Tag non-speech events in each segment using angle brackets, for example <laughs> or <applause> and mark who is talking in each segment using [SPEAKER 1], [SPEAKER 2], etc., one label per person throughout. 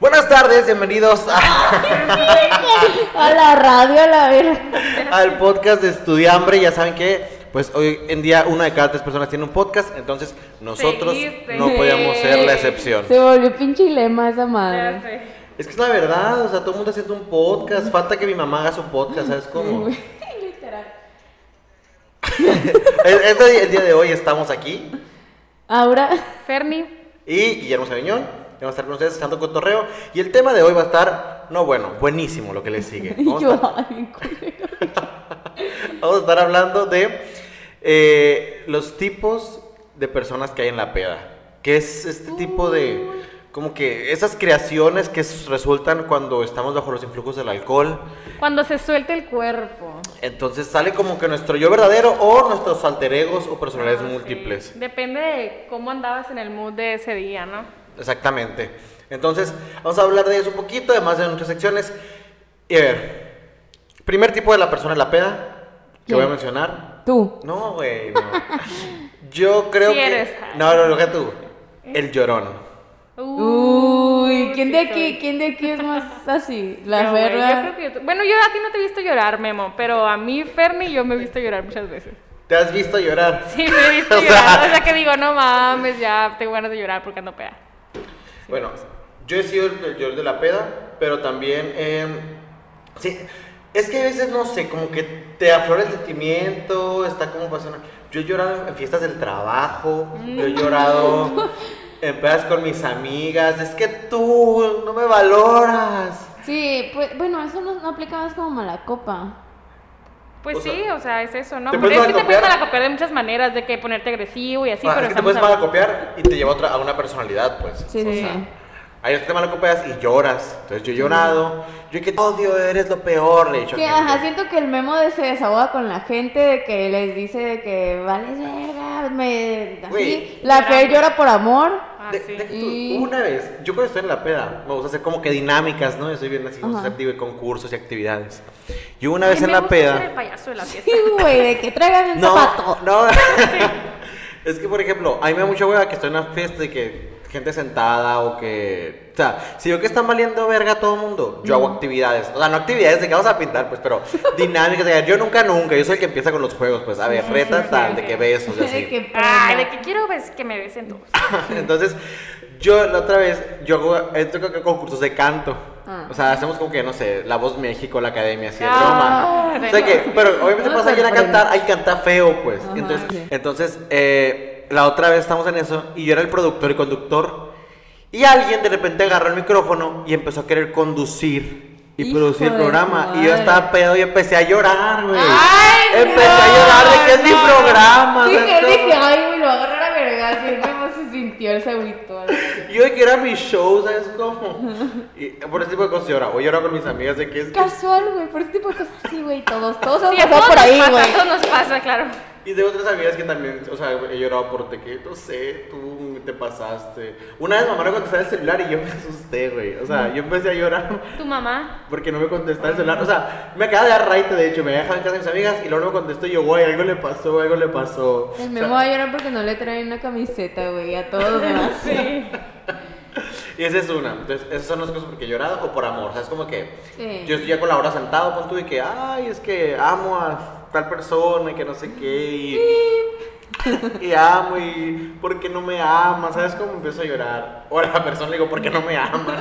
[SPEAKER 1] Buenas tardes, bienvenidos a-
[SPEAKER 2] A la radio, a la vera.
[SPEAKER 1] al podcast de Estudiambre. Ya saben que, pues hoy en día una de cada tres personas tiene un podcast, entonces nosotros
[SPEAKER 3] Seguiste.
[SPEAKER 1] no podíamos ser la excepción.
[SPEAKER 2] Se volvió pinche lema esa
[SPEAKER 3] Ya
[SPEAKER 2] madre.
[SPEAKER 3] sé.
[SPEAKER 1] Es que es la verdad, o sea, todo el mundo haciendo un podcast, falta que mi mamá haga su podcast, ¿sabes cómo?
[SPEAKER 2] Literal.
[SPEAKER 1] Es- es de- el día de hoy estamos aquí
[SPEAKER 2] Ahora,
[SPEAKER 3] Ferni,
[SPEAKER 1] y Guillermo Sabiñón, vamos a estar con ustedes echando cotorreo y el tema de hoy va a estar, no bueno, buenísimo lo que le sigue.
[SPEAKER 2] <laughs> y
[SPEAKER 1] Vamos a
[SPEAKER 2] yo,
[SPEAKER 1] estar-
[SPEAKER 2] ay, culero.
[SPEAKER 1] Vamos a estar hablando de eh, los tipos de personas que hay en la peda. Que es este tipo de. Como que esas creaciones que s- resultan cuando estamos bajo los influjos del alcohol.
[SPEAKER 3] cuando se suelta el cuerpo.
[SPEAKER 1] Entonces sale como que nuestro yo verdadero o nuestros alter egos o personalidades múltiples.
[SPEAKER 3] Ah, Sí. Depende de cómo andabas en el mood de ese día, ¿no?
[SPEAKER 1] Exactamente. Entonces, vamos a hablar de eso un poquito, además de nuestras secciones. Y a ver. Primer tipo de la persona en la peda que voy a
[SPEAKER 2] ¿Quién?
[SPEAKER 1] mencionar
[SPEAKER 2] Tú.
[SPEAKER 1] No, güey, no. Yo creo
[SPEAKER 3] Sí
[SPEAKER 1] que.
[SPEAKER 3] eres.
[SPEAKER 1] No, no, no, que tú. El llorón. Uh,
[SPEAKER 3] Uh,
[SPEAKER 2] Uy, ¿quién
[SPEAKER 3] sí
[SPEAKER 2] de aquí,
[SPEAKER 3] soy.
[SPEAKER 2] quién de aquí es más
[SPEAKER 3] <laughs>
[SPEAKER 2] así?
[SPEAKER 3] Pero,
[SPEAKER 2] La
[SPEAKER 3] güey, yo
[SPEAKER 2] verga.
[SPEAKER 3] creo que yo t- bueno, yo a ti no te he visto llorar, Memo, pero a mí, Ferni, yo me he visto llorar muchas veces. <laughs>
[SPEAKER 1] ¿Te has visto llorar?
[SPEAKER 3] Sí, me he visto
[SPEAKER 1] <laughs> O sea-
[SPEAKER 3] llorar. O sea que digo, no mames, ya tengo ganas de llorar porque ando peda.
[SPEAKER 1] Bueno, yo he sido el, el llorón de la peda, pero también. eh, sí, es que a veces no sé, como que te aflora el sentimiento, está como pasando. Yo he llorado en fiestas del trabajo, yo
[SPEAKER 3] Mm.
[SPEAKER 1] he llorado en pedas con mis amigas. Es que tú no me valoras.
[SPEAKER 2] Sí, pues, bueno, eso no, no aplica más como mala copa.
[SPEAKER 3] Pues
[SPEAKER 1] O
[SPEAKER 3] sí,
[SPEAKER 1] sea,
[SPEAKER 3] o sea, es eso, ¿no?
[SPEAKER 1] te
[SPEAKER 3] Pero
[SPEAKER 1] puedes
[SPEAKER 3] es que te puedes
[SPEAKER 1] malacopear.
[SPEAKER 3] malacopear de muchas maneras, de que ponerte agresivo y así,
[SPEAKER 1] Ah,
[SPEAKER 3] pero
[SPEAKER 1] es que te
[SPEAKER 3] estamos
[SPEAKER 1] puedes
[SPEAKER 3] hablando-
[SPEAKER 1] malacopiar y te lleva a otra, a una personalidad, pues.
[SPEAKER 2] Sí, sí, sí.
[SPEAKER 1] Ahí te malacopias y lloras. Entonces yo he llorado. Yo que te odio, eres lo peor, le he dicho.
[SPEAKER 2] Sí,
[SPEAKER 1] a gente.
[SPEAKER 2] ajá, siento que el memo de se desahoga con la gente, de que les dice de que vales verga, me... así.
[SPEAKER 1] Güey.
[SPEAKER 2] la fe llora por amor.
[SPEAKER 3] Ah,
[SPEAKER 1] De-
[SPEAKER 3] sí.
[SPEAKER 1] deja tú,
[SPEAKER 2] Y-
[SPEAKER 1] Una vez, yo cuando estoy en la peda, me gusta hacer como que dinámicas, ¿no? Yo soy bien así,
[SPEAKER 2] Ajá.
[SPEAKER 1] activo y concursos y actividades. Y una
[SPEAKER 3] Ay,
[SPEAKER 1] vez en
[SPEAKER 3] me
[SPEAKER 1] la
[SPEAKER 3] gusta
[SPEAKER 1] peda.
[SPEAKER 3] ser el payaso de la fiesta.
[SPEAKER 1] <laughs>
[SPEAKER 2] Sí, güey, de que traigan un zapato.
[SPEAKER 1] No, es que, por ejemplo, a mí me da mucha hueva que estoy en una fiesta y que gente sentada o que... O sea, si yo que están valiendo verga a todo el mundo, yo hago actividades. O sea, no actividades de que vamos a pintar, pues, pero dinámicas. de que yo nunca, nunca. Yo soy el que empieza con los juegos, pues, a ver,
[SPEAKER 3] Sí,
[SPEAKER 1] retas
[SPEAKER 3] sí,
[SPEAKER 1] tal,
[SPEAKER 3] sí,
[SPEAKER 1] de
[SPEAKER 3] sí.
[SPEAKER 1] que besos y
[SPEAKER 2] <laughs> De
[SPEAKER 1] así. <laughs>
[SPEAKER 2] que
[SPEAKER 3] Ay,
[SPEAKER 2] prenda.
[SPEAKER 3] de que quiero ves que me besen todos.
[SPEAKER 1] Entonces, yo la otra vez, yo hago, entro con- con concursos de canto.
[SPEAKER 2] Ah.
[SPEAKER 1] O sea, hacemos como que, no sé, La Voz México, la academia, así de
[SPEAKER 3] Ah,
[SPEAKER 1] broma.
[SPEAKER 3] de
[SPEAKER 1] O sea que,
[SPEAKER 3] broma.
[SPEAKER 1] pero obviamente
[SPEAKER 2] No
[SPEAKER 1] pasa alguien a
[SPEAKER 2] sorprende.
[SPEAKER 1] cantar, ahí canta feo, pues.
[SPEAKER 2] Ajá,
[SPEAKER 1] entonces,
[SPEAKER 2] sí.
[SPEAKER 1] entonces eh, la otra vez estamos en eso y yo era el productor y conductor. Y alguien de repente agarró el micrófono y empezó a querer conducir y
[SPEAKER 2] Hijo
[SPEAKER 1] producir el
[SPEAKER 2] de
[SPEAKER 1] programa.
[SPEAKER 2] su
[SPEAKER 1] Y yo
[SPEAKER 2] madre.
[SPEAKER 1] estaba pedo y empecé a llorar, güey.
[SPEAKER 3] Ay,
[SPEAKER 1] Empecé a llorar de que es mi
[SPEAKER 3] no, no.
[SPEAKER 1] programa. o sea,
[SPEAKER 2] Dije,
[SPEAKER 1] todo.
[SPEAKER 2] dije, ay, güey, lo agarró la verga. Si el memo se sintió el segurito.
[SPEAKER 1] Yo de que era mi show, ¿sabes cómo? Y por ese tipo de cosas llora. O lloro con mis amigas de que es. que-
[SPEAKER 2] Casual, güey, por ese tipo de cosas así, güey. Todos, todos
[SPEAKER 3] Sí,
[SPEAKER 2] vamos
[SPEAKER 3] a
[SPEAKER 2] a pasar
[SPEAKER 3] todos
[SPEAKER 2] por
[SPEAKER 3] nos
[SPEAKER 2] ahí,
[SPEAKER 3] pasa,
[SPEAKER 2] güey.
[SPEAKER 3] a todos nos pasa, claro.
[SPEAKER 1] Y de otras amigas que también, o sea, he llorado por de que, no sé, tú te pasaste. Una vez mamá no contestaba el celular y yo me asusté, güey. O sea, yo empecé a llorar <laughs>
[SPEAKER 3] Tu mamá.
[SPEAKER 1] porque no me contestaba el celular. O sea, me acaba de dar raite, de hecho, me dejan en casa de mis amigas y luego no me contestó y yo, güey, algo le pasó, algo le pasó.
[SPEAKER 2] El
[SPEAKER 1] O
[SPEAKER 2] memo
[SPEAKER 1] sea,
[SPEAKER 2] va a llorar porque no le traen una camiseta, güey, a todos
[SPEAKER 3] <laughs>
[SPEAKER 2] los demás.
[SPEAKER 3] Sí.
[SPEAKER 1] Y esa es una. Entonces, esas son las cosas porque he llorado o por amor. O sea, es como que
[SPEAKER 2] Sí.
[SPEAKER 1] yo estoy ya con la hora sentado con tú y que, ay, es que amo a tal persona y que no sé qué <laughs> y, y amo y ¿por qué no me amas? ¿Sabes cómo empiezo a llorar? O a la persona le digo, ¿por qué no me amas?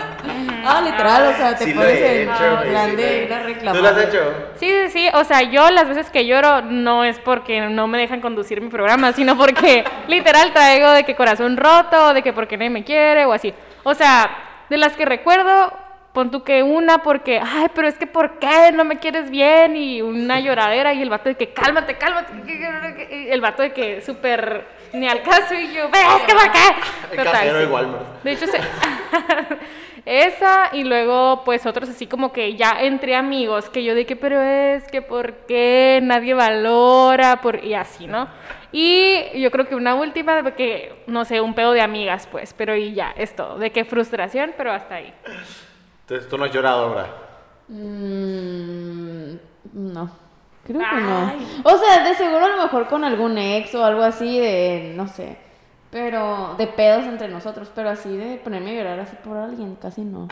[SPEAKER 2] Ah, literal, o sea, te
[SPEAKER 1] Sí lo
[SPEAKER 2] pones
[SPEAKER 1] he
[SPEAKER 2] en
[SPEAKER 1] hecho, güey,
[SPEAKER 2] plan
[SPEAKER 1] sí lo
[SPEAKER 2] de
[SPEAKER 1] he
[SPEAKER 2] ir a
[SPEAKER 1] hecho.
[SPEAKER 2] reclamar.
[SPEAKER 1] ¿Tú lo has hecho?
[SPEAKER 3] Sí, sí, sí, o sea, yo las veces que lloro no es porque no me dejan conducir mi programa, sino porque literal traigo de que corazón roto, de que porque nadie me quiere o así. O sea, de las que recuerdo, pon tú que una porque, ay, pero es que ¿por qué no me quieres bien? Y una lloradera y el vato de que cálmate, cálmate, y el vato de que súper ni al caso y yo, ves que por qué.
[SPEAKER 1] El
[SPEAKER 3] Total,
[SPEAKER 1] casero
[SPEAKER 3] sí.
[SPEAKER 1] de Walmart.
[SPEAKER 3] De hecho, se- <laughs> esa y luego pues otros así como que ya entre amigos, que yo de que, pero es que, ¿por qué? Nadie valora, por... y así, ¿no? Y yo creo que una última, de que, no sé, un pedo de amigas, pues, pero y ya, es todo, de que frustración, pero hasta ahí.
[SPEAKER 1] Entonces tú no has llorado ahora.
[SPEAKER 2] Mm, no. Creo que no.
[SPEAKER 3] Ay.
[SPEAKER 2] O sea, de seguro a lo mejor con algún ex o algo así de, no sé. Pero de pedos entre nosotros, pero así de ponerme a llorar así por alguien, casi no.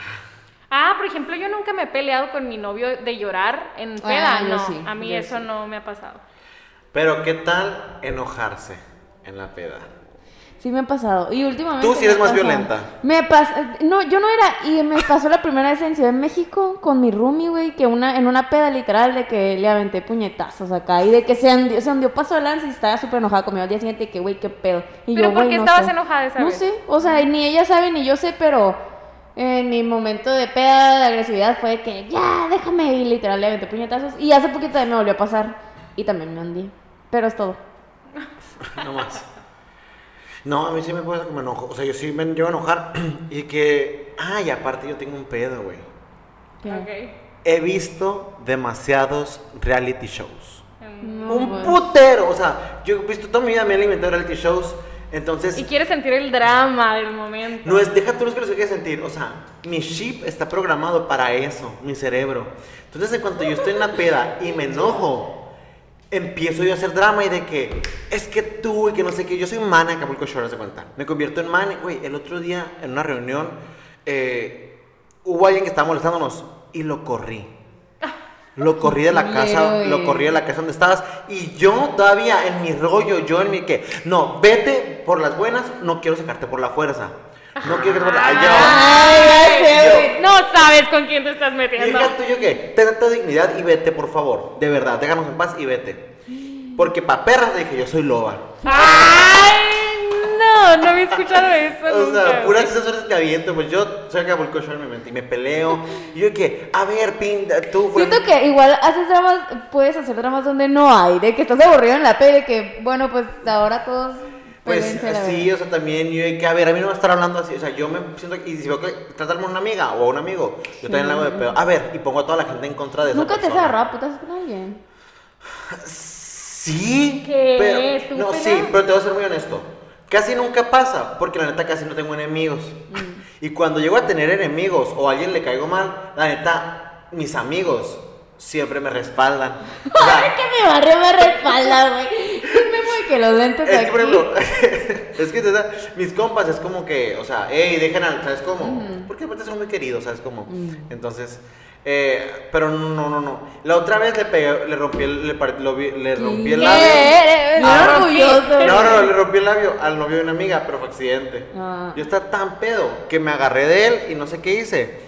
[SPEAKER 3] Ah, por ejemplo, yo nunca me he peleado con mi novio de llorar en
[SPEAKER 2] Ah,
[SPEAKER 3] peda.
[SPEAKER 2] yo
[SPEAKER 3] no,
[SPEAKER 2] sí,
[SPEAKER 3] a mí
[SPEAKER 2] yo
[SPEAKER 3] eso
[SPEAKER 2] sí.
[SPEAKER 3] no me ha pasado.
[SPEAKER 1] Pero ¿qué tal enojarse en la peda? <laughs>
[SPEAKER 2] Sí me ha pasado. Y últimamente.
[SPEAKER 1] Tú sí
[SPEAKER 2] me
[SPEAKER 1] eres
[SPEAKER 2] ha
[SPEAKER 1] más
[SPEAKER 2] pasado.
[SPEAKER 1] violenta.
[SPEAKER 2] Me pas- No, yo no era. Y me pasó la primera vez en Ciudad de México con mi roomie, güey, que una, en una peda literal de que le aventé puñetazos acá y de que se hundió, se hundió paso de lanza y estaba súper enojada conmigo al día siguiente que, güey, qué pedo. Y
[SPEAKER 3] ¿Pero
[SPEAKER 2] yo,
[SPEAKER 3] por
[SPEAKER 2] güey,
[SPEAKER 3] qué
[SPEAKER 2] no
[SPEAKER 3] estabas
[SPEAKER 2] sé.
[SPEAKER 3] enojada esa
[SPEAKER 2] No
[SPEAKER 3] vez?
[SPEAKER 2] sé, o sea, ni ella sabe ni yo sé, pero en mi momento de peda, de agresividad, fue de que ya, déjame y literal le aventé puñetazos. Y hace poquito también me volvió a pasar y también me hundí. Pero es todo.
[SPEAKER 1] No más. No, a mí sí me pasa que me enojo. O sea, yo sí me llevo a enojar <clears throat> y que... Ay, aparte yo tengo un pedo, güey.
[SPEAKER 3] Ok.
[SPEAKER 1] He visto demasiados reality shows.
[SPEAKER 3] Mm.
[SPEAKER 2] No,
[SPEAKER 1] un
[SPEAKER 2] güey.
[SPEAKER 1] putero. O sea, yo he visto toda mi vida me he alimentado de reality shows. Entonces,
[SPEAKER 3] Y quieres sentir el drama del momento.
[SPEAKER 1] no es, deja tú los que los que sentir. O sea, mi chip está programado para eso, mi cerebro. Entonces, en cuanto yo estoy en la peda y me enojo, empiezo yo a hacer drama y de que es que tú y que no sé qué. Yo soy man en Acapulco Shore, haz de cuenta. Me convierto en man. Güey, el otro día en una reunión eh, hubo alguien que estaba molestándonos y lo corrí. Lo corrí de la casa,
[SPEAKER 2] Culero,
[SPEAKER 1] lo
[SPEAKER 2] eh.
[SPEAKER 1] corrí de la casa donde estabas. Y yo todavía en mi rollo, yo en mi que, no, vete por las buenas, no quiero sacarte por la fuerza. No quiero que te Ay,
[SPEAKER 2] Ah,
[SPEAKER 1] ya.
[SPEAKER 3] Ay,
[SPEAKER 2] ya sé,
[SPEAKER 3] güey. No sabes con quién te estás metiendo.
[SPEAKER 1] Hija tuyo que, ten tanta dignidad y vete, por favor. De verdad, déjanos en paz y vete. Porque pa' perras te dije, yo soy loba.
[SPEAKER 3] Ay, no, no había escuchado eso
[SPEAKER 1] O
[SPEAKER 3] nunca.
[SPEAKER 1] sea,
[SPEAKER 3] güey.
[SPEAKER 1] puras esas horas que aviento, pues yo soy Acapulco Shore, me metí, me peleo. Y yo que, a ver, pinta, tú, güey.
[SPEAKER 2] Siento que igual haces dramas, puedes hacer dramas donde no hay, de que estás aburrido en la pele, que bueno, pues ahora todos.
[SPEAKER 1] Pues
[SPEAKER 2] pélense, la
[SPEAKER 1] sí, o sea, también yo hay que, a ver, a mí no me va a estar hablando así, o sea, yo me siento, y si veo que tratarme a una amiga o a un amigo, yo también la hago de pedo, a ver, y pongo a toda la gente en contra de
[SPEAKER 2] verdad.
[SPEAKER 1] eso.
[SPEAKER 2] Nunca te has agarrado a putas con alguien.
[SPEAKER 1] Sí,
[SPEAKER 3] ¿Qué?
[SPEAKER 1] pero,
[SPEAKER 3] ¿Tú,
[SPEAKER 1] no,
[SPEAKER 3] pela?
[SPEAKER 1] sí, pero te voy a ser muy honesto, casi nunca pasa, porque la neta casi no tengo enemigos, y cuando llego a tener enemigos o a alguien le caigo mal, la neta, mis amigos siempre me respaldan, O sea,
[SPEAKER 2] Ay, que me barrió, me respalda, güey. <laughs> Y me voy que los lentes
[SPEAKER 1] Es que,
[SPEAKER 2] aquí.
[SPEAKER 1] por ejemplo, <laughs> es que te da- mis compas es como que, o sea, hey, dejen al, ¿sabes cómo?
[SPEAKER 2] Mm.
[SPEAKER 1] Porque aparte son muy queridos, ¿sabes cómo? Entonces, eh, pero no, no, no. La otra vez le pegué, le rompí el, le, par- lo vi- le rompí el
[SPEAKER 2] ¿Qué?
[SPEAKER 1] labio.
[SPEAKER 2] Eres bien
[SPEAKER 1] Ah,
[SPEAKER 2] orgulloso.
[SPEAKER 1] No, no, le rompí el labio al novio de una amiga, pero fue accidente.
[SPEAKER 2] Ah.
[SPEAKER 1] Yo estaba tan pedo que me agarré de él y no sé qué hice.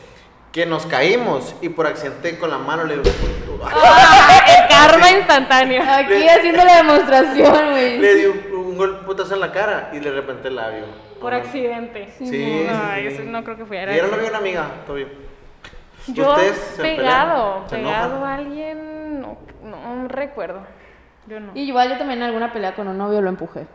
[SPEAKER 1] Que nos caímos y por accidente con la mano le di un-
[SPEAKER 3] Ah, el karma instantáneo.
[SPEAKER 2] Aquí haciendo la demostración, güey.
[SPEAKER 1] le di un, un golpe putazo en la cara y le reventé el labio.
[SPEAKER 3] Por accidente.
[SPEAKER 1] Sí, sí,
[SPEAKER 3] Ay,
[SPEAKER 1] sí.
[SPEAKER 3] eso no creo que fuera.
[SPEAKER 1] Y era novio de una amiga, Toby.
[SPEAKER 3] Yo
[SPEAKER 1] ¿Ustedes se
[SPEAKER 3] pegado,
[SPEAKER 1] pelean? ¿Se
[SPEAKER 3] pegado
[SPEAKER 1] enojan?
[SPEAKER 3] a alguien, no, no recuerdo. Yo no.
[SPEAKER 2] Y igual yo también en alguna pelea con un novio lo empujé.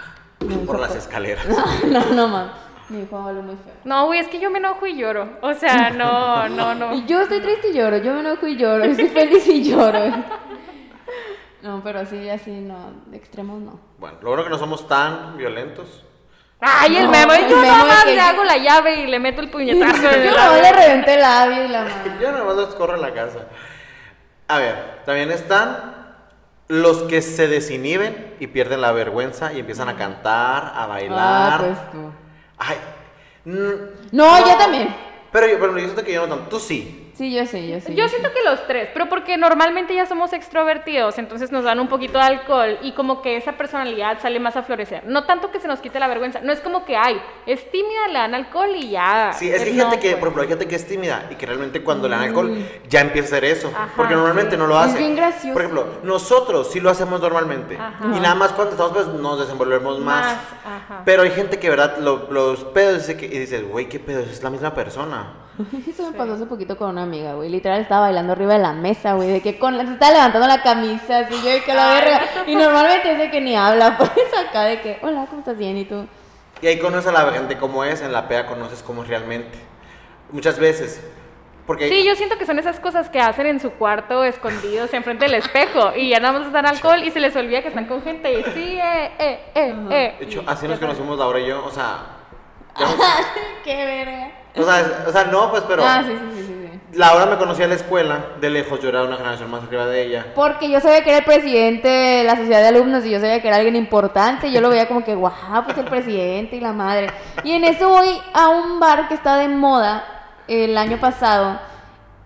[SPEAKER 2] <laughs>
[SPEAKER 1] Por las escaleras.
[SPEAKER 3] <laughs>
[SPEAKER 2] no, no, man. Me dijo algo muy feo.
[SPEAKER 3] No, güey, es que yo me enojo y lloro. O sea, no, no,
[SPEAKER 2] Y
[SPEAKER 1] <laughs>
[SPEAKER 3] no.
[SPEAKER 2] yo estoy triste y lloro, yo me enojo y lloro, yo estoy feliz y lloro. No, pero así, así, no, de extremos no.
[SPEAKER 1] Bueno, lo bueno que no somos tan violentos.
[SPEAKER 3] Ay, el
[SPEAKER 2] No,
[SPEAKER 3] memo.
[SPEAKER 2] el
[SPEAKER 3] Yo
[SPEAKER 2] memo
[SPEAKER 3] nada
[SPEAKER 2] de
[SPEAKER 3] más
[SPEAKER 2] que
[SPEAKER 3] le
[SPEAKER 2] yo-
[SPEAKER 3] hago la llave y le meto el
[SPEAKER 2] Yo <laughs>
[SPEAKER 3] puñetazo. en el
[SPEAKER 2] no,
[SPEAKER 3] labio.
[SPEAKER 2] le reventé el labio y la mano.
[SPEAKER 1] Yo nomás los corro a la casa. A ver, también están los que se desinhiben y pierden la vergüenza y empiezan a cantar, a bailar.
[SPEAKER 2] Ah, pues tú.
[SPEAKER 1] Ay. mm,
[SPEAKER 2] No, yo también.
[SPEAKER 1] Pero yo, pero yo siento que yo no tanto. Tú sí.
[SPEAKER 2] Sí, yo sí, yo sí.
[SPEAKER 3] Yo siento que los tres, pero porque normalmente ya somos extrovertidos, entonces nos dan un poquito de alcohol y como que esa personalidad sale más a florecer. No tanto que se nos quite la vergüenza, no es como que, ay, es tímida, le dan alcohol y ya.
[SPEAKER 1] Sí, es que hay
[SPEAKER 3] No,
[SPEAKER 1] gente que,
[SPEAKER 3] pues.
[SPEAKER 1] por ejemplo, hay gente que es tímida y que realmente cuando le dan alcohol ya empieza a hacer eso.
[SPEAKER 3] Ajá,
[SPEAKER 1] porque normalmente
[SPEAKER 3] sí.
[SPEAKER 1] no lo
[SPEAKER 2] Es
[SPEAKER 1] hace.
[SPEAKER 2] bien gracioso.
[SPEAKER 1] Por ejemplo, nosotros sí lo hacemos normalmente.
[SPEAKER 3] Ajá.
[SPEAKER 1] Y nada más cuando estamos, pues nos desenvolvemos más.
[SPEAKER 3] Más, ajá.
[SPEAKER 1] Pero hay gente que, verdad, lo- los pedos dice que- y dices, güey, qué pedos, es la misma persona.
[SPEAKER 2] Eso me pasó hace poquito con una amiga, güey. Literal estaba bailando arriba de la mesa, güey. De que con la- se estaba levantando la camisa, así, yo de que la
[SPEAKER 3] Ay,
[SPEAKER 2] verga.
[SPEAKER 3] no.
[SPEAKER 2] Y normalmente es de que ni habla, <laughs> pues acá de que, hola, ¿cómo estás bien? ¿Y tú?
[SPEAKER 1] Y ahí conoces a la gente como es, en la peda conoces cómo es realmente. Muchas veces. Porque
[SPEAKER 3] Sí, yo siento que son esas cosas que hacen en su cuarto escondidos enfrente del espejo y ya nada más están alcohol y se les olvida que están con gente y sí, eh, eh, eh, eh.
[SPEAKER 1] de hecho, así
[SPEAKER 3] y ya
[SPEAKER 1] nos
[SPEAKER 3] saben.
[SPEAKER 1] conocimos Laura y yo. O sea,
[SPEAKER 2] ¡Qué verga!
[SPEAKER 1] o sea, es- o sea, no, pues, pero...
[SPEAKER 2] Ah, sí, sí, sí, sí. sí.
[SPEAKER 1] Laura me conocía en la escuela, de lejos yo era una generación más arriba de ella.
[SPEAKER 2] Porque yo sabía que era el presidente de la sociedad de alumnos y yo sabía que era alguien importante. Yo lo veía como que, guau, pues el presidente y la madre. Y en eso voy a un bar que está de moda el año pasado.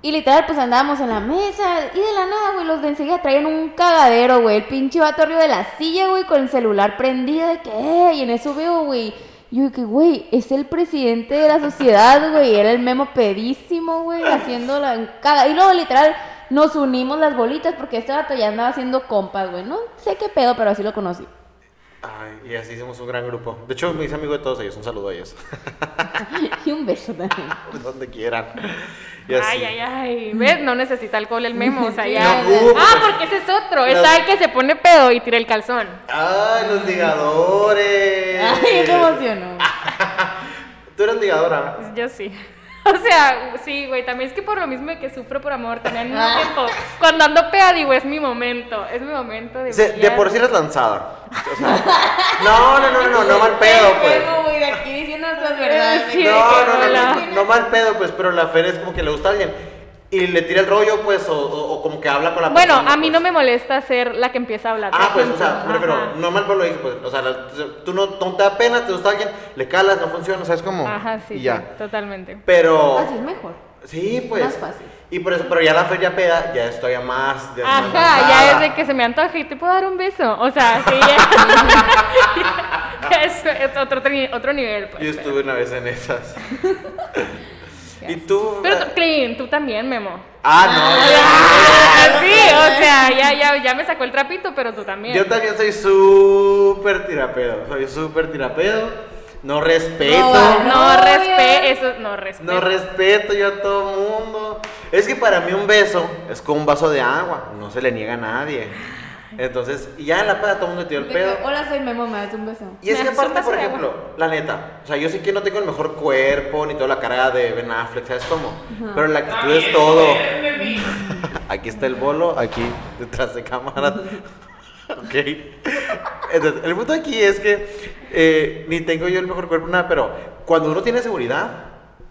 [SPEAKER 2] Y literal, pues andábamos en la mesa y de la nada, güey, los de enseguida traían un cagadero, güey. El pinche vato arriba de la silla, güey, con el celular prendido, de que, eh, y en eso veo, güey. Yo de que, güey, es el presidente de la sociedad, güey. Era el memo pedísimo, güey, haciendo la caga. Y luego, literal, nos unimos las bolitas porque este vato ya andaba haciendo compas, güey. No sé qué pedo, pero así lo conocí. <laughs>
[SPEAKER 1] Ay, y así hicimos un gran grupo. De hecho, me hice amigo de todos ellos. Un saludo a ellos. <laughs>
[SPEAKER 2] y un beso también.
[SPEAKER 1] Donde quieran. Y así.
[SPEAKER 3] Ay, ay, ay. ¿Ves? No necesita alcohol el memo. O
[SPEAKER 2] <laughs>
[SPEAKER 3] sea,
[SPEAKER 2] Sí,
[SPEAKER 3] ya.
[SPEAKER 1] <laughs> no hubo.
[SPEAKER 3] Ah, porque ese es otro. Está el que se pone pedo y tira el calzón.
[SPEAKER 1] Ay, los
[SPEAKER 3] <laughs>
[SPEAKER 1] ligadores.
[SPEAKER 2] Ay, me emocionó.
[SPEAKER 1] Tú eres ligadora.
[SPEAKER 3] Yo sí. <laughs> O sea, sí, güey, también es que por lo mismo de que sufro por amor, también al mismo tiempo, cuando ando peda digo, es mi momento, es mi momento de
[SPEAKER 1] Se- de
[SPEAKER 3] brillar.
[SPEAKER 1] por sí eres lanzada. O sea, no, no, no, no, no, no
[SPEAKER 3] <laughs>
[SPEAKER 1] mal pedo, pues.
[SPEAKER 2] Luego, güey, de aquí diciendo <laughs> nuestras verdades.
[SPEAKER 3] Sí, de
[SPEAKER 1] no,
[SPEAKER 3] que
[SPEAKER 1] no, no,
[SPEAKER 3] hola.
[SPEAKER 1] no, no, no mal pedo, pues, pero la Fer es como que le gusta a alguien y le tira el rollo, pues, o, o- o como que habla con la
[SPEAKER 3] Bueno,
[SPEAKER 1] persona,
[SPEAKER 3] a mí
[SPEAKER 1] pues.
[SPEAKER 3] no me molesta ser la que empieza a hablar.
[SPEAKER 1] Ah,
[SPEAKER 3] por
[SPEAKER 1] pues, o
[SPEAKER 3] ejemplo.
[SPEAKER 1] sea, me refiero,
[SPEAKER 3] Ajá.
[SPEAKER 1] no mal por lo dije, pues, o sea, la- tú no, no te da pena, te gusta alguien, le calas, no funciona, ¿sabes cómo?
[SPEAKER 3] Ajá, sí,
[SPEAKER 1] Y
[SPEAKER 3] sí,
[SPEAKER 1] ya.
[SPEAKER 3] totalmente.
[SPEAKER 1] Pero,
[SPEAKER 2] Así es mejor.
[SPEAKER 1] sí, pues.
[SPEAKER 2] Más fácil.
[SPEAKER 1] Y por eso, pero ya la Fer ya peda, ya es todavía más. ya es más
[SPEAKER 3] Ajá, ya es
[SPEAKER 1] lanzada.
[SPEAKER 3] de que se me antoje y te puedo dar un beso. O sea, sí,
[SPEAKER 1] <laughs>
[SPEAKER 3] ya. Ya <laughs> es, es otro, tri- otro nivel, pues.
[SPEAKER 1] Yo
[SPEAKER 3] pero-
[SPEAKER 1] estuve una vez en
[SPEAKER 3] <laughs>
[SPEAKER 1] esas. y tú.
[SPEAKER 3] Pero tú, Clint, tú también, Memo.
[SPEAKER 1] Ah, no. ya-
[SPEAKER 3] Ah, sí,
[SPEAKER 1] <laughs>
[SPEAKER 3] o sea, ya, ya, ya me sacó el trapito, pero tú también.
[SPEAKER 1] Yo también soy súper tirapedo, soy súper tirapedo. No respeto,
[SPEAKER 2] No,
[SPEAKER 3] No
[SPEAKER 2] No,
[SPEAKER 3] respeto,
[SPEAKER 2] bien.
[SPEAKER 3] eso no respeto.
[SPEAKER 1] no respeto yo a todo mundo. Es que para mí un beso es como un vaso de agua, no se le niega a nadie. Entonces, y ya en la peda todo el mundo le tiró el
[SPEAKER 2] De
[SPEAKER 1] pedo.
[SPEAKER 2] que, Hola, soy Memo, me das un beso.
[SPEAKER 1] Y es
[SPEAKER 3] Me <laughs>
[SPEAKER 1] que
[SPEAKER 3] das un
[SPEAKER 1] aparte,
[SPEAKER 3] vaso
[SPEAKER 1] por
[SPEAKER 3] de
[SPEAKER 1] ejemplo, la neta, o sea, yo sé que no tengo el mejor cuerpo ni toda la carga de Ben Affleck, ¿sabes cómo? Pero la actitud es todo. <laughs> Aquí está el bolo, aquí detrás de
[SPEAKER 3] <laughs>
[SPEAKER 1] cámara. ok. Entonces, el punto aquí es que eh, ni tengo yo el mejor cuerpo, nada, pero cuando uno tiene seguridad,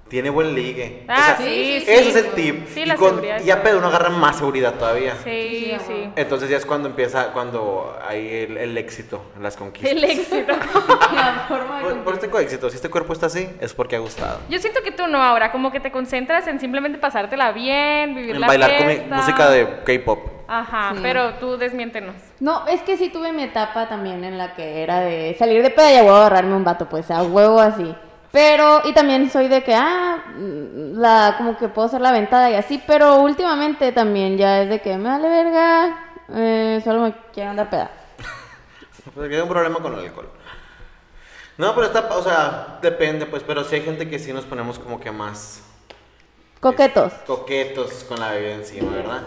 [SPEAKER 1] tiene buen ligue. O
[SPEAKER 3] Ah,
[SPEAKER 1] sea,
[SPEAKER 3] sí, sí.
[SPEAKER 1] Ese es el tip.
[SPEAKER 3] Sí, la
[SPEAKER 1] y, con-
[SPEAKER 3] seguridad.
[SPEAKER 1] y ya pedo uno agarra más seguridad todavía.
[SPEAKER 3] Sí, sí.
[SPEAKER 1] Entonces ya es cuando empieza, cuando hay el, el éxito, las conquistas.
[SPEAKER 3] El éxito.
[SPEAKER 2] <laughs> La forma de
[SPEAKER 1] Por, por este éxito, si este cuerpo está así, es porque ha gustado.
[SPEAKER 3] Yo siento que tú no ahora, como que te concentras en simplemente pasártela bien, vivir
[SPEAKER 1] En
[SPEAKER 3] la
[SPEAKER 1] bailar con mi-
[SPEAKER 3] fiesta.
[SPEAKER 1] música de K-pop.
[SPEAKER 3] Ajá,
[SPEAKER 2] Sí.
[SPEAKER 3] pero tú desmiéntenos.
[SPEAKER 2] No, es que sí tuve mi etapa también en la que era de salir de peda y a huevo agarrarme un vato, pues a huevo así. Pero, y también soy de que, ah, mm, la, como que puedo ser la ventada y así, pero últimamente también ya es de que me vale verga, eh, solo me quiero andar peda.
[SPEAKER 1] Pues hay un problema con el alcohol. No, pero está, o sea, depende, pues, pero sí hay gente que sí nos ponemos como que más
[SPEAKER 2] Coquetos.
[SPEAKER 1] coquetos con la bebida encima, ¿verdad?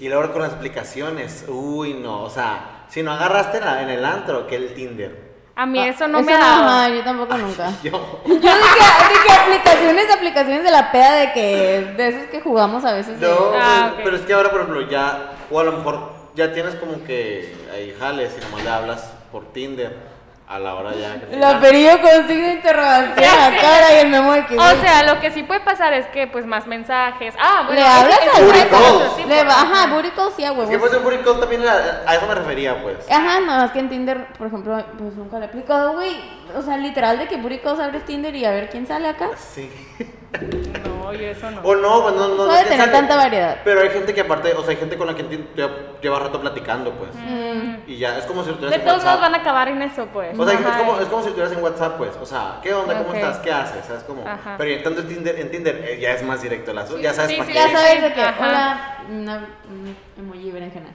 [SPEAKER 1] Y luego con las aplicaciones, uy, no, o sea, si no agarraste en, la- en el antro, que el Tinder.
[SPEAKER 3] A mí
[SPEAKER 2] Ah,
[SPEAKER 3] eso no me ha dado.
[SPEAKER 2] ajá, yo tampoco nunca.
[SPEAKER 1] Yo,
[SPEAKER 2] Yo dije, dije aplicaciones, aplicaciones de la peda de que, de esos que jugamos a veces. de-
[SPEAKER 1] yo,
[SPEAKER 3] Ah, ok.
[SPEAKER 1] pero es que ahora, por ejemplo, ya, o a lo mejor ya tienes como que ahí jales y nomás le hablas por Tinder a la hora ya. que te
[SPEAKER 2] La perilla con signo de interrogación
[SPEAKER 3] Ya
[SPEAKER 2] en la cara y el memo de que...
[SPEAKER 3] O sea, lo que sí puede pasar es que, pues, más mensajes. Ah,
[SPEAKER 2] Le
[SPEAKER 3] bueno. ese-
[SPEAKER 2] hablas
[SPEAKER 3] ese
[SPEAKER 2] al
[SPEAKER 3] puede
[SPEAKER 1] vato.
[SPEAKER 3] ser otro tipo.
[SPEAKER 2] Le va, ajá, booty call sí a
[SPEAKER 1] Es que
[SPEAKER 2] huevos.
[SPEAKER 1] pues el booty call también era- a eso me refería, pues.
[SPEAKER 2] Ajá, nada más que en Tinder, por ejemplo, pues nunca lo he aplicado, güey. O sea, literal de que booty calls abres Tinder y a ver quién sale acá.
[SPEAKER 1] Sí.
[SPEAKER 3] No, yo eso no.
[SPEAKER 1] O no, pues no, no.
[SPEAKER 2] Puede
[SPEAKER 1] no, quién
[SPEAKER 2] tener
[SPEAKER 1] sabe.
[SPEAKER 2] tanta variedad.
[SPEAKER 1] Pero hay gente que aparte, o sea, hay gente con la que enti- lleva- lleva rato platicando, pues.
[SPEAKER 2] Mm.
[SPEAKER 1] Y ya, es como si lo tuvieras
[SPEAKER 3] De
[SPEAKER 1] en
[SPEAKER 3] todos modos
[SPEAKER 1] WhatsApp.
[SPEAKER 3] van a acabar en eso, pues.
[SPEAKER 1] O sea, es
[SPEAKER 3] Ajá.
[SPEAKER 1] como, es como si estuvieras en WhatsApp, pues. O sea, ¿qué onda? ¿Cómo
[SPEAKER 3] Ok.
[SPEAKER 1] estás? ¿Qué haces? ¿Sabes cómo?
[SPEAKER 3] Ajá.
[SPEAKER 1] Pero en tanto en Tinder, en Tinder eh, ya es más directo el asunto. Ya sabes
[SPEAKER 3] sí,
[SPEAKER 1] para
[SPEAKER 3] sí,
[SPEAKER 1] qué
[SPEAKER 2] Ya
[SPEAKER 1] es.
[SPEAKER 2] sabes de que,
[SPEAKER 3] Ajá.
[SPEAKER 2] hola, una, un emoji berenjena.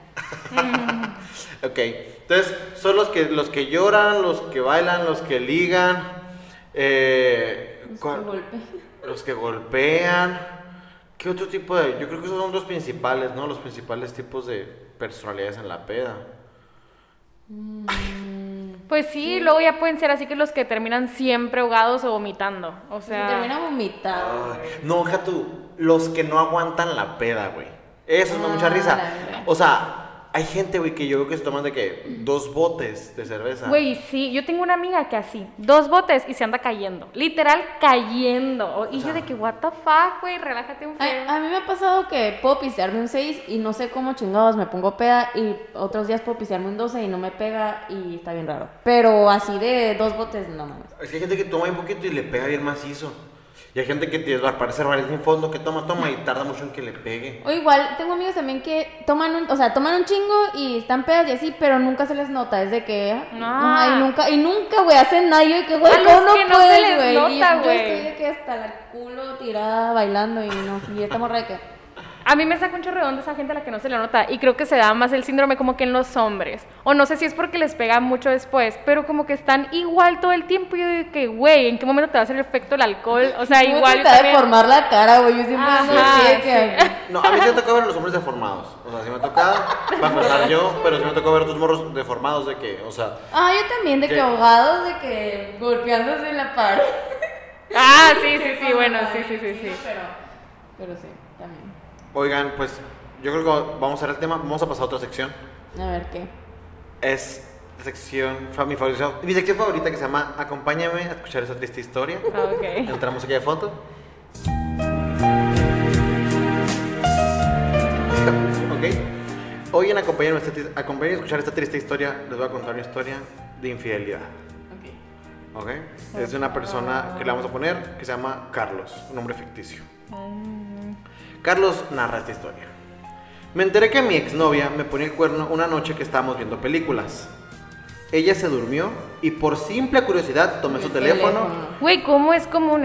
[SPEAKER 1] Ok, entonces son los que, los que lloran, los que bailan, los que ligan, eh,
[SPEAKER 2] Un
[SPEAKER 1] cua-
[SPEAKER 2] golpe.
[SPEAKER 1] los que golpean. ¿Qué otro tipo de.? Yo creo que esos son los principales, ¿no? Los principales tipos de personalidades en la peda.
[SPEAKER 3] Pues sí, luego ya pueden ser así que los que terminan siempre ahogados o vomitando. O sea.
[SPEAKER 2] Termina vomitado.
[SPEAKER 1] Ay, no, deja tú. Los que no aguantan la peda, güey. Eso es me da mucha
[SPEAKER 2] Ah,
[SPEAKER 1] risa.
[SPEAKER 2] la verdad.
[SPEAKER 1] O sea, hay gente, güey, que yo veo que se toman de que dos botes de cerveza.
[SPEAKER 3] Güey, sí, yo tengo una amiga que así, dos botes y se anda cayendo, literal cayendo. O- Y yo
[SPEAKER 1] sea.
[SPEAKER 3] de que, what the fuck, güey, relájate un feo.
[SPEAKER 2] A, a mí me ha pasado que puedo pistearme un 6 y no sé cómo chingados me pongo peda y otros días puedo pistearme un 12 y no me pega y está bien raro. Pero así de dos botes, no mames.
[SPEAKER 1] Es que hay gente que toma un poquito y le pega bien macizo. Y hay gente que te va a parecer Valentín Fondo que toma, toma y tarda mucho en que le pegue.
[SPEAKER 2] O igual, tengo amigos también que toman un, o sea, toman un chingo y están pedas y así, pero nunca se les nota, es de que,
[SPEAKER 3] No.
[SPEAKER 2] ajá, y nunca, y nunca, güey, hacen nada, y yo de que, güey,
[SPEAKER 3] A
[SPEAKER 2] ¿cómo
[SPEAKER 3] los
[SPEAKER 2] no
[SPEAKER 3] que no se
[SPEAKER 2] puedes,
[SPEAKER 3] les
[SPEAKER 2] güey? Y
[SPEAKER 3] nota,
[SPEAKER 2] yo
[SPEAKER 3] güey.
[SPEAKER 2] estoy de que hasta la culo tirada bailando y no, y esta morra de que,
[SPEAKER 3] A mí me saca un chorreón de esa gente a la que no se le nota y creo que se da más el síndrome como que en los hombres. O no sé si es porque les pega mucho después, pero como que están igual todo el tiempo y yo de que, güey, ¿en qué momento te va a hacer el efecto el alcohol? O sea,
[SPEAKER 2] "Tú
[SPEAKER 3] igual... yo
[SPEAKER 2] trata de
[SPEAKER 3] también-
[SPEAKER 2] formar la cara, güey, yo siempre ando
[SPEAKER 3] Ajá,
[SPEAKER 2] así de que,
[SPEAKER 3] sí.
[SPEAKER 1] No, a mí sí me tocó ver a los hombres deformados. O sea, sí me ha tocado, va a empezar yo, pero sí me tocó ver a tus morros deformados de que, o sea,
[SPEAKER 2] ah, yo también, de que
[SPEAKER 1] ¿Qué?
[SPEAKER 2] ahogados, de que golpeándose en la pared.
[SPEAKER 3] Ah, sí, <laughs> sí, sí, bueno, sí, sí, sí, sí.
[SPEAKER 2] Pero, pero sí, también.
[SPEAKER 1] oigan, pues yo creo que vamos a cerrar el tema, vamos a pasar a otra sección.
[SPEAKER 2] A ver, ¿qué?
[SPEAKER 1] Es la sección, fa- mi, favorita, mi sección favorita que se llama Acompáñame a escuchar esa triste historia.
[SPEAKER 3] Ah,
[SPEAKER 1] <laughs>
[SPEAKER 3] ok.
[SPEAKER 1] Entra música de fondo. ok. Hoy en acompañarme a, esta tri- acompañarme a escuchar esta triste historia, les voy a contar una historia de infidelidad. Ok. Es de una persona que le vamos a poner que se llama Carlos, un hombre ficticio. Mm. Carlos narra esta historia. Me enteré que mi exnovia me ponía el cuerno una noche que estábamos viendo películas. Ella se durmió y por simple curiosidad tomé su
[SPEAKER 2] El
[SPEAKER 1] teléfono
[SPEAKER 3] Güey, ¿cómo es común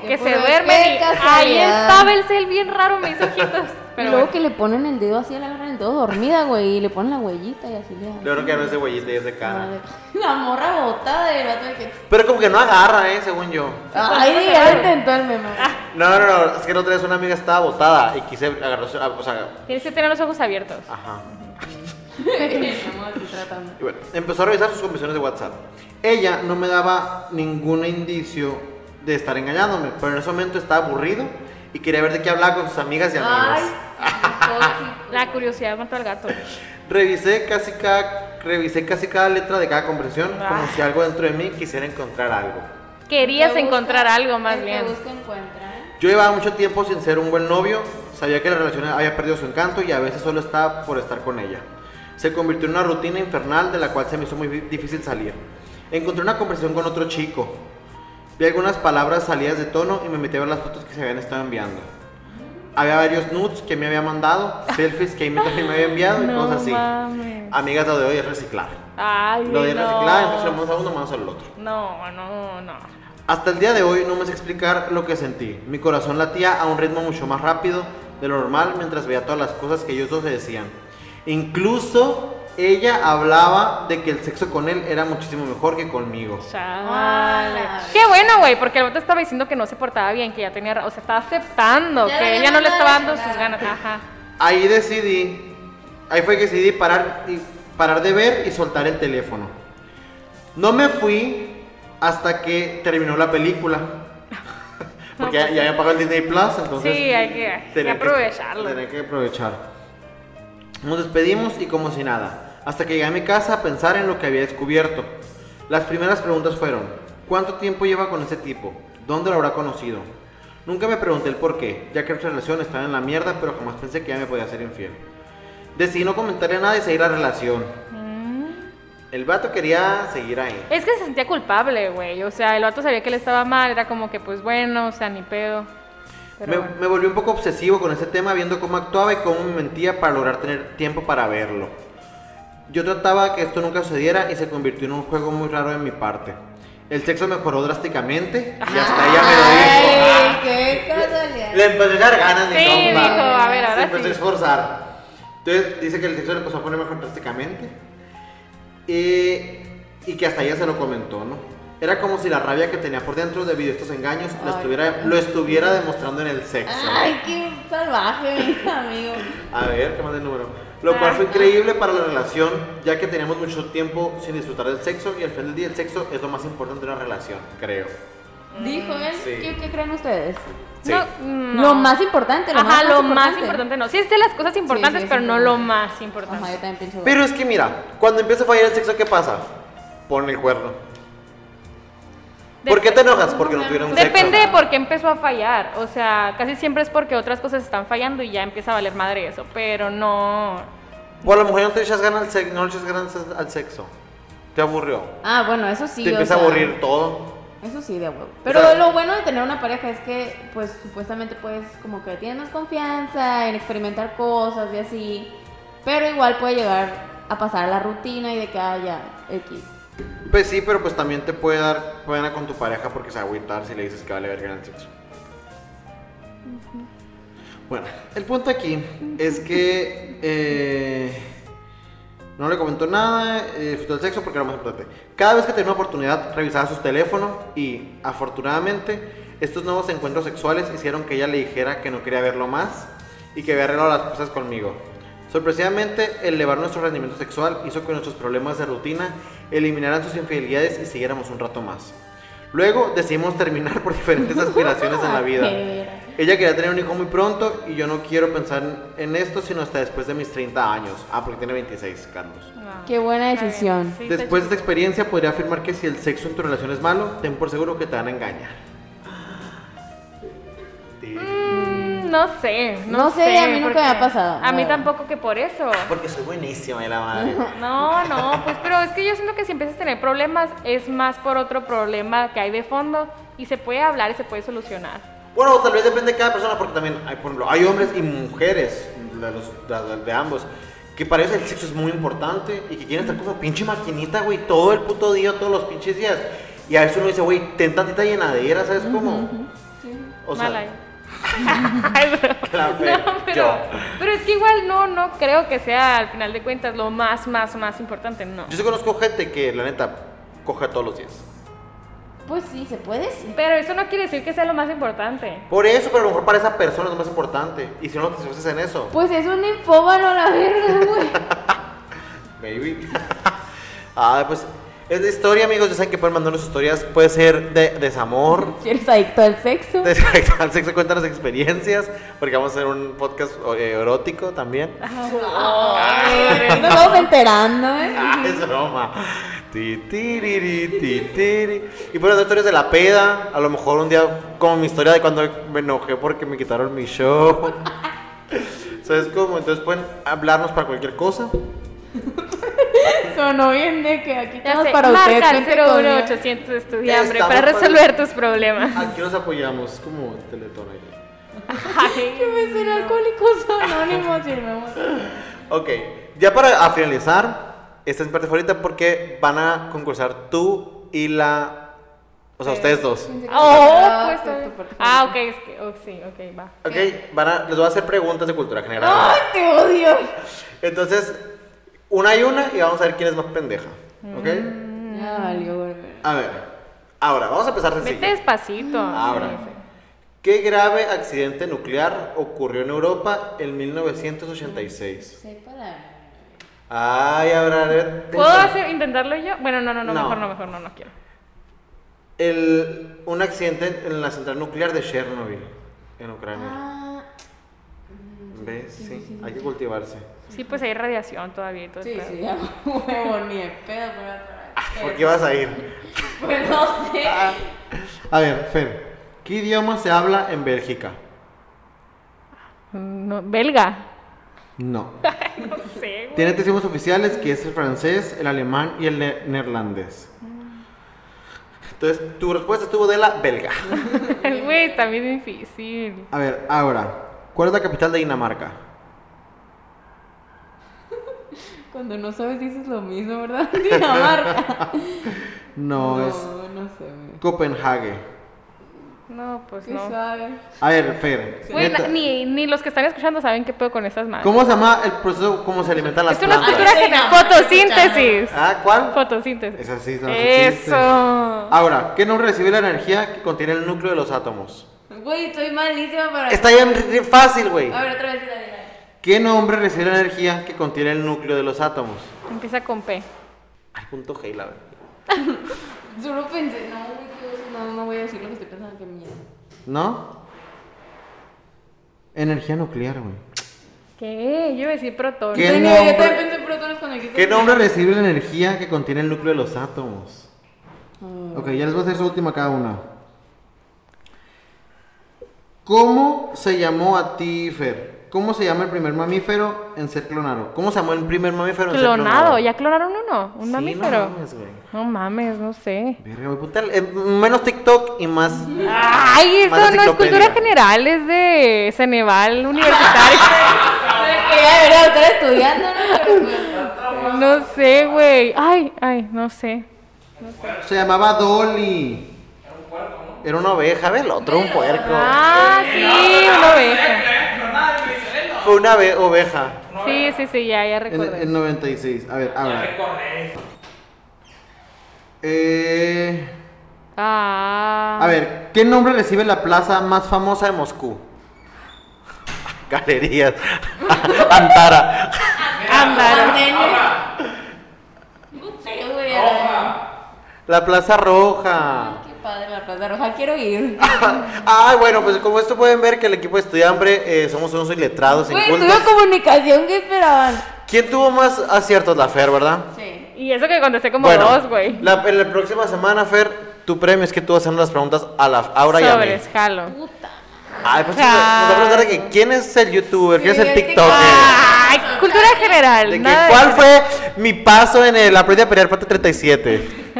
[SPEAKER 2] Sí,
[SPEAKER 3] que
[SPEAKER 2] qué
[SPEAKER 3] se
[SPEAKER 2] pura-
[SPEAKER 3] duerme
[SPEAKER 2] qué
[SPEAKER 3] y ahí
[SPEAKER 2] casualidad.
[SPEAKER 3] estaba el cel bien raro, me
[SPEAKER 2] <laughs>
[SPEAKER 3] hizo ojitos.
[SPEAKER 2] y
[SPEAKER 3] Pero
[SPEAKER 2] luego
[SPEAKER 3] bueno.
[SPEAKER 2] que le ponen el dedo así, le agarran el dedo dormida, güey, y le ponen la huellita y así le
[SPEAKER 1] Yo creo que ya no es de huellita, ya es de cara.
[SPEAKER 2] <laughs> La morra botada y el vato de que.
[SPEAKER 1] Pero como que no agarra, ¿eh? Según yo.
[SPEAKER 2] Ay, ya intentó el meme.
[SPEAKER 3] Ah.
[SPEAKER 2] <laughs>
[SPEAKER 1] No, no, no, es que no tenés una amiga estaba botada y quise agarrar su... O sea,
[SPEAKER 3] Tienes que tener los ojos abiertos.
[SPEAKER 1] ajá.
[SPEAKER 2] Estamos así tratando.
[SPEAKER 1] Y bueno, empezó a revisar sus conversaciones de WhatsApp. Ella no me daba ningún indicio de estar engañándome, pero en ese momento estaba aburrido y quería ver de qué hablaba con sus amigas y amigos.
[SPEAKER 2] Ay,
[SPEAKER 3] La curiosidad mató
[SPEAKER 2] <laughs>
[SPEAKER 3] al gato.
[SPEAKER 1] Revisé casi cada... Revisé casi cada letra de cada conversación como
[SPEAKER 3] Ah.
[SPEAKER 1] si algo dentro de mí quisiera encontrar algo.
[SPEAKER 3] Querías encontrar algo más
[SPEAKER 2] Me
[SPEAKER 3] bien.
[SPEAKER 2] busca encuentra. ¿eh?
[SPEAKER 1] Yo llevaba mucho tiempo sin ser un buen novio, sabía que la relación había perdido su encanto y a veces solo estaba por estar con ella. Se convirtió en una rutina infernal de la cual se me hizo muy vi- difícil salir. Encontré una conversación con otro chico. Vi algunas palabras salidas de tono y me metí a ver las fotos que se habían estado enviando. Había varios nudes que me había mandado, selfies que Amy también me había enviado y
[SPEAKER 3] <laughs> No
[SPEAKER 1] cosas así.
[SPEAKER 3] mames.
[SPEAKER 1] Amigas, lo de hoy es reciclar.
[SPEAKER 3] Ay,
[SPEAKER 1] Lo de
[SPEAKER 3] no.
[SPEAKER 1] reciclar, entonces le mandamos a uno, mandamos al otro.
[SPEAKER 3] No, no, no.
[SPEAKER 1] Hasta el día de hoy no me sé explicar lo que sentí. Mi corazón latía a un ritmo mucho más rápido de lo normal mientras veía todas las cosas que ellos dos se decían. Incluso ella hablaba de que el sexo con él era muchísimo mejor que conmigo.
[SPEAKER 3] Chale.
[SPEAKER 2] Ah, la-
[SPEAKER 3] Qué bueno, güey, porque el vato estaba diciendo que no se portaba bien, que ya tenía, ra- o sea, estaba aceptando,
[SPEAKER 2] Ya le
[SPEAKER 3] que
[SPEAKER 2] había
[SPEAKER 3] ella no le
[SPEAKER 2] mandado
[SPEAKER 3] estaba
[SPEAKER 2] la
[SPEAKER 3] dando sus
[SPEAKER 2] chingada.
[SPEAKER 3] ganas. Ajá.
[SPEAKER 1] Ahí decidí, ahí fue que decidí parar, y, parar de ver y soltar el teléfono. No me fui hasta que terminó la película. Porque ya, ya había pagado el Disney Plus, entonces.
[SPEAKER 3] Sí, hay que- hay que
[SPEAKER 1] tenía
[SPEAKER 3] aprovecharlo.
[SPEAKER 1] tenía que aprovechar. Nos despedimos y como si nada. Hasta que llegué a mi casa a pensar en lo que había descubierto. Las primeras preguntas fueron: ¿Cuánto tiempo lleva con ese tipo? ¿Dónde lo habrá conocido? Nunca me pregunté el por qué, ya que nuestra relación estaba en la mierda, pero jamás pensé que ella me podía ser infiel. Decidí no comentarle nada y seguir la relación.
[SPEAKER 3] Mm.
[SPEAKER 1] El vato quería seguir ahí.
[SPEAKER 3] Es que se sentía culpable, güey. O sea, el vato sabía que le estaba mal, era como que, pues bueno, o sea, ni pedo. Pero
[SPEAKER 1] Me,
[SPEAKER 3] bueno.
[SPEAKER 1] me volví un poco obsesivo con ese tema, viendo cómo actuaba y cómo me mentía para lograr tener tiempo para verlo. Yo trataba que esto nunca sucediera y se convirtió en un juego muy raro de mi parte. El sexo mejoró drásticamente y hasta ella me lo dijo.
[SPEAKER 2] Ay, qué casualidad.
[SPEAKER 1] Le empecé a echar ganas, mi
[SPEAKER 3] Sí,
[SPEAKER 1] compa.
[SPEAKER 3] dijo, a ver, ahora
[SPEAKER 1] Se empezó
[SPEAKER 3] sí.
[SPEAKER 1] a esforzar. Entonces dice que el sexo le empezó a poner mejor drásticamente. Eh, y que hasta ella se lo comentó, ¿no? Era como si la rabia que tenía por dentro debido a estos engaños lo
[SPEAKER 2] Ay.
[SPEAKER 1] estuviera, lo estuviera demostrando en el sexo.
[SPEAKER 2] Ay, qué salvaje, mi amigo.
[SPEAKER 1] A ver, ¿qué más de número? Lo cual fue increíble para la relación, ya que teníamos mucho tiempo sin disfrutar del sexo y al final del día el sexo es lo más importante de una relación, creo.
[SPEAKER 2] Dijo él.
[SPEAKER 1] sí.
[SPEAKER 2] ¿Qué, qué creen ustedes?
[SPEAKER 1] Sí.
[SPEAKER 3] No, no.
[SPEAKER 2] Lo más importante, lo
[SPEAKER 3] Ajá,
[SPEAKER 2] más,
[SPEAKER 3] lo más importante no. Sí, es de las cosas importantes,
[SPEAKER 2] sí, es
[SPEAKER 3] pero no lo
[SPEAKER 2] importante.
[SPEAKER 3] más
[SPEAKER 2] Ajá, yo
[SPEAKER 3] importante.
[SPEAKER 2] también pienso.
[SPEAKER 1] Pero es que mira, cuando empieza a fallar el sexo, ¿qué pasa? Pone el cuerno. ¿Por qué te enojas? Porque no tuvieron sexo.
[SPEAKER 3] Depende de por qué empezó a fallar. O sea, casi siempre es porque otras cosas están fallando y ya empieza a valer madre eso. Pero no.
[SPEAKER 1] O a lo mejor no te echas ganas al sexo, no le echas ganas al sexo. Te aburrió.
[SPEAKER 2] Ah, bueno, eso sí.
[SPEAKER 1] te
[SPEAKER 2] o
[SPEAKER 1] empieza a
[SPEAKER 2] sea,
[SPEAKER 1] aburrir todo.
[SPEAKER 2] Eso sí, de huevo. Pero
[SPEAKER 1] sea-
[SPEAKER 2] lo bueno de tener una pareja es que, pues, supuestamente, pues, como que tienes más confianza en experimentar cosas y así. Pero igual puede llegar a pasar a la rutina y de que haya X.
[SPEAKER 1] Pues sí, pero pues también te puede dar pena con tu pareja porque se va a agüitar si le dices que vale verga en el sexo. Bueno, el punto aquí es que eh, no le comentó nada, eh, disfrutó el sexo porque era lo más importante. Cada vez que tenía una oportunidad revisaba sus teléfonos y afortunadamente estos nuevos encuentros sexuales hicieron que ella le dijera que no quería verlo más y que había arreglado las cosas conmigo. Sorpresivamente, elevar nuestro rendimiento sexual hizo que nuestros problemas de rutina eliminaran sus infidelidades y siguiéramos un rato más. Luego decidimos terminar por diferentes aspiraciones
[SPEAKER 2] Ah,
[SPEAKER 1] en la vida. Ella quería tener un hijo muy pronto y yo no quiero pensar en esto sino hasta después de mis 30 años. Ah, porque tiene 26, Carlos.
[SPEAKER 3] Ah,
[SPEAKER 2] Qué buena
[SPEAKER 3] está bien.
[SPEAKER 2] decisión.
[SPEAKER 3] Sí, está
[SPEAKER 1] Después de esta
[SPEAKER 3] chido.
[SPEAKER 1] experiencia podría afirmar que si el sexo en tu relación es malo, ten por seguro que te van a engañar. Ah, Sí.
[SPEAKER 3] Mm, No sé, no,
[SPEAKER 2] No sé, a mí nunca
[SPEAKER 3] porque-
[SPEAKER 2] me ha pasado,
[SPEAKER 3] A mí
[SPEAKER 2] la verdad.
[SPEAKER 3] tampoco que por eso.
[SPEAKER 1] Porque soy buenísima de la madre. <laughs>
[SPEAKER 3] No, no, pues pero es que yo siento que si empiezas a tener problemas es más por otro problema que hay de fondo y se puede hablar y se puede solucionar.
[SPEAKER 1] Bueno, tal vez depende de cada persona, porque también hay, por ejemplo, hay hombres y mujeres, de, los- de- de- de ambos, que para ellos el sexo es muy importante y que quieren estar como pinche maquinita, güey, todo el puto día, todos los pinches días. Y a veces uno dice, güey, ten tantita llenadera, ¿sabes cómo? O sea,
[SPEAKER 3] Mal ahí. <laughs> Ay, bro.
[SPEAKER 1] <laughs> La fe,
[SPEAKER 3] No, pero,
[SPEAKER 1] yo.
[SPEAKER 3] pero es que igual no, no creo que sea al final de cuentas lo más, más, más importante, no.
[SPEAKER 1] yo sí conozco gente que, la neta, coge todos los días.
[SPEAKER 2] Pues sí, se puede, sí.
[SPEAKER 3] Pero eso no quiere decir que sea lo más importante.
[SPEAKER 1] Por eso, pero a lo mejor para esa persona es lo más importante. Y si no te esfuerzas en eso,
[SPEAKER 2] Pues es un infómano, la verga, güey. <laughs>
[SPEAKER 1] Maybe. <laughs> ah, pues es de historia, amigos. Ya saben que pueden mandarnos historias. Puede ser de desamor,
[SPEAKER 2] Si eres adicto al sexo.
[SPEAKER 1] de sexo, al sexo, cuéntanos experiencias. Porque vamos a hacer un podcast eh, erótico también.
[SPEAKER 2] Ay, Nos vamos enterando, ¿eh?
[SPEAKER 1] <laughs> Ah, es broma. Ti, ti, ri, ri, ti, ti, ri. Y bueno, las historias de la peda. A lo mejor un día, como mi historia de cuando me enojé porque me quitaron mi show. <laughs> ¿Sabes cómo? Entonces pueden hablarnos para cualquier cosa.
[SPEAKER 2] Sonó bien de que aquí
[SPEAKER 3] Ya
[SPEAKER 2] estamos
[SPEAKER 3] sé,
[SPEAKER 2] para ustedes.
[SPEAKER 3] marca al
[SPEAKER 2] cuenten conmigo.
[SPEAKER 3] 01800 estudiambre
[SPEAKER 1] Estamos
[SPEAKER 3] para
[SPEAKER 1] para-
[SPEAKER 3] resolver tus
[SPEAKER 2] <laughs>
[SPEAKER 3] problemas.
[SPEAKER 1] Aquí nos apoyamos, es como Teletón ahí.
[SPEAKER 3] Ay,
[SPEAKER 2] Que me suena alcohólicos anónimos, firmemos.
[SPEAKER 1] Ok, ya para a finalizar, esta es mi parte favorita porque van a concursar tú y la. O sea, ustedes dos.
[SPEAKER 3] Oh, pues.
[SPEAKER 2] Ah,
[SPEAKER 3] eh.
[SPEAKER 2] tu perfil.
[SPEAKER 3] Ah, ok, es que, oh, sí, ok, va.
[SPEAKER 1] Ok, van a, les voy a hacer preguntas de cultura general.
[SPEAKER 2] ¡Ay, te odio!
[SPEAKER 1] Entonces, una y una y vamos a ver quién es más pendeja. Ok,
[SPEAKER 3] Mm.
[SPEAKER 2] Ya valió, güey.
[SPEAKER 1] a ver. Ahora, vamos a empezar
[SPEAKER 3] Vete
[SPEAKER 1] sencillo.
[SPEAKER 3] despacito.
[SPEAKER 1] Ahora, ¿qué grave accidente nuclear ocurrió en Europa en 1986?
[SPEAKER 2] Sepa
[SPEAKER 1] Ay, ahora.
[SPEAKER 3] ¿Puedo hacer, intentarlo yo? Bueno, no, no, no,
[SPEAKER 1] No.
[SPEAKER 3] mejor no, mejor no, no quiero.
[SPEAKER 1] El, un accidente en la central nuclear de Chernobyl, en Ucrania.
[SPEAKER 2] Ah,
[SPEAKER 1] ¿Ves? Sí, hay que cultivarse.
[SPEAKER 3] Sí, pues hay radiación todavía y todo
[SPEAKER 2] sí,
[SPEAKER 3] el pedo.
[SPEAKER 2] sí, <laughs> ya Ah, huevo, ni de pedo, pero
[SPEAKER 1] ¿Por qué vas a ir?
[SPEAKER 2] Pues no sé.
[SPEAKER 1] A ver, Fer, ¿qué idioma se habla en Bélgica?
[SPEAKER 3] Mm, No, belga.
[SPEAKER 2] <laughs>
[SPEAKER 1] No.
[SPEAKER 3] No sé, güey.
[SPEAKER 1] Tiene tres idiomas oficiales, que es el francés, el alemán y el ne- neerlandés. Entonces, tu respuesta estuvo de la belga.
[SPEAKER 3] Güey, está bien difícil.
[SPEAKER 1] A ver, ahora, ¿cuál es la capital de Dinamarca?
[SPEAKER 2] Cuando no sabes dices lo mismo, ¿verdad? <laughs> Dinamarca.
[SPEAKER 1] No, es
[SPEAKER 2] no sé, güey.
[SPEAKER 1] Copenhague.
[SPEAKER 3] No, pues
[SPEAKER 2] Qué
[SPEAKER 3] no.
[SPEAKER 2] suave.
[SPEAKER 1] A ver, Fer.
[SPEAKER 3] Güey,
[SPEAKER 1] neta,
[SPEAKER 3] na- ni, ni los que están escuchando saben qué pedo con estas madres.
[SPEAKER 1] ¿Cómo se llama el proceso, cómo se alimentan las
[SPEAKER 3] Esto no es
[SPEAKER 1] plantas?
[SPEAKER 3] cultura
[SPEAKER 2] Sí,
[SPEAKER 3] general.
[SPEAKER 2] no,
[SPEAKER 3] Fotosíntesis.
[SPEAKER 1] Ah, ¿cuál?
[SPEAKER 3] Fotosíntesis.
[SPEAKER 1] Esa sí, no existe.
[SPEAKER 3] Eso.
[SPEAKER 1] Ahora, ¿qué nombre recibe la energía que contiene el núcleo de los átomos?
[SPEAKER 2] Güey, estoy malísima para.
[SPEAKER 1] Está bien re- fácil, güey.
[SPEAKER 2] A ver, otra vez la dila.
[SPEAKER 1] ¿Qué nombre recibe la energía que contiene el núcleo de los átomos?
[SPEAKER 3] Empieza con P.
[SPEAKER 1] Al punto G, la verdad.
[SPEAKER 2] Solo pensé, no, güey, qué oso, no, no, no voy a decir lo que estoy pensando, qué miedo.
[SPEAKER 1] ¿No? Energía nuclear, güey.
[SPEAKER 3] ¿Qué? Yo iba a decir protón.
[SPEAKER 1] ¿Qué?
[SPEAKER 2] Yo
[SPEAKER 1] nombre?
[SPEAKER 2] también pensé en protones cuando dijiste.
[SPEAKER 1] ¿Qué nombre recibe la energía que contiene el núcleo de los átomos?
[SPEAKER 2] Ah,
[SPEAKER 1] Ok, ya les voy a hacer su última cada una. ¿Cómo se llamó a ti, Fer? ¿Cómo se llama el primer mamífero en ser clonado? ¿Cómo se llamó el primer mamífero en ser clonado?
[SPEAKER 3] Clonado, ya clonaron uno, un
[SPEAKER 1] Sí,
[SPEAKER 3] mamífero.
[SPEAKER 1] No mames, güey.
[SPEAKER 3] No mames, no sé.
[SPEAKER 1] Verga, güey, puta, eh, menos TikTok y más.
[SPEAKER 3] Ay, eso
[SPEAKER 1] Más
[SPEAKER 3] no es cultura
[SPEAKER 1] Ah, enciclopedia.
[SPEAKER 3] general, es de
[SPEAKER 2] <laughs>
[SPEAKER 3] Ceneval Universitario.
[SPEAKER 2] que ya debería estar estudiando, ¿no? Pero, pues,
[SPEAKER 3] no sé, güey. Ay, ay, no sé.
[SPEAKER 1] Se llamaba Dolly. Era un puerco, ¿no? Era una oveja, ve el otro, un puerco.
[SPEAKER 3] Ah, sí, una oveja.
[SPEAKER 1] Fue una ave- oveja.
[SPEAKER 3] Sí, sí, sí, ya, ya
[SPEAKER 1] En
[SPEAKER 3] recordé.
[SPEAKER 1] el 96. A ver, ahora. Eh,
[SPEAKER 3] Ah.
[SPEAKER 1] a ver, ¿qué nombre recibe la plaza más famosa de Moscú? <laughs> Galerías. <laughs> Antara.
[SPEAKER 2] ah,
[SPEAKER 3] Ándale.
[SPEAKER 2] No sé, güey. Roja.
[SPEAKER 1] La Plaza Roja.
[SPEAKER 2] Qué padre la Plaza Roja, quiero ir.
[SPEAKER 1] <laughs> Ay, bueno, pues como esto pueden ver que el equipo de estudiambre eh, somos unos iletrados,
[SPEAKER 2] Güey,
[SPEAKER 1] incultos.
[SPEAKER 2] tuve comunicación, ¿qué esperaban?
[SPEAKER 1] ¿Quién tuvo más aciertos? La Fer, ¿verdad?
[SPEAKER 2] Sí.
[SPEAKER 3] Y eso que contesté como dos, güey.
[SPEAKER 1] La, en la próxima semana, Fer, tu premio es que tú vas haciendo las preguntas a la Aura y a mí.
[SPEAKER 3] Sobres, jalo.
[SPEAKER 1] Eh.
[SPEAKER 2] Puta.
[SPEAKER 1] Ay, pues sí, nos va a preguntar de que quién es el youtuber, quién es el
[SPEAKER 2] Sí, el
[SPEAKER 1] TikToker.
[SPEAKER 3] Ay, cultura general.
[SPEAKER 1] De que,
[SPEAKER 3] nada de-
[SPEAKER 1] ¿Cuál fue mi paso en el aprendí a pelear parte
[SPEAKER 3] <laughs>
[SPEAKER 1] 37?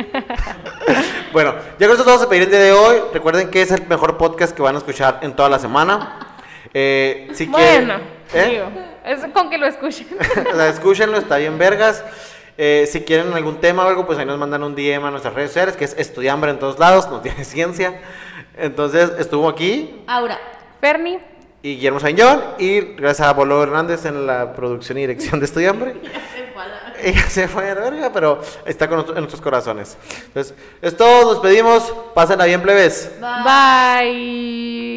[SPEAKER 1] bueno, ya con esto todos a pedir el día de hoy. Recuerden que es el mejor podcast que van a escuchar en toda la semana. Eh, si
[SPEAKER 3] Bueno,
[SPEAKER 1] quieren, ¿eh?
[SPEAKER 3] digo, es con que lo escuchen.
[SPEAKER 1] <laughs> O sea, escúchenlo, está bien vergas. Eh, si quieren algún tema o algo, pues ahí nos mandan un DM a nuestras redes sociales, que es estudiambre en todos lados, no tiene ciencia. Entonces estuvo aquí
[SPEAKER 2] Aura.
[SPEAKER 3] Ferni,
[SPEAKER 1] y Guillermo Sañón y gracias a Bolo Hernández en la producción y dirección de estudiambre. Ella se fue a la verga, pero está con nosotros- en nuestros corazones. Entonces, es todo, nos pedimos, pásenla bien plebes.
[SPEAKER 2] Bye.
[SPEAKER 3] bye.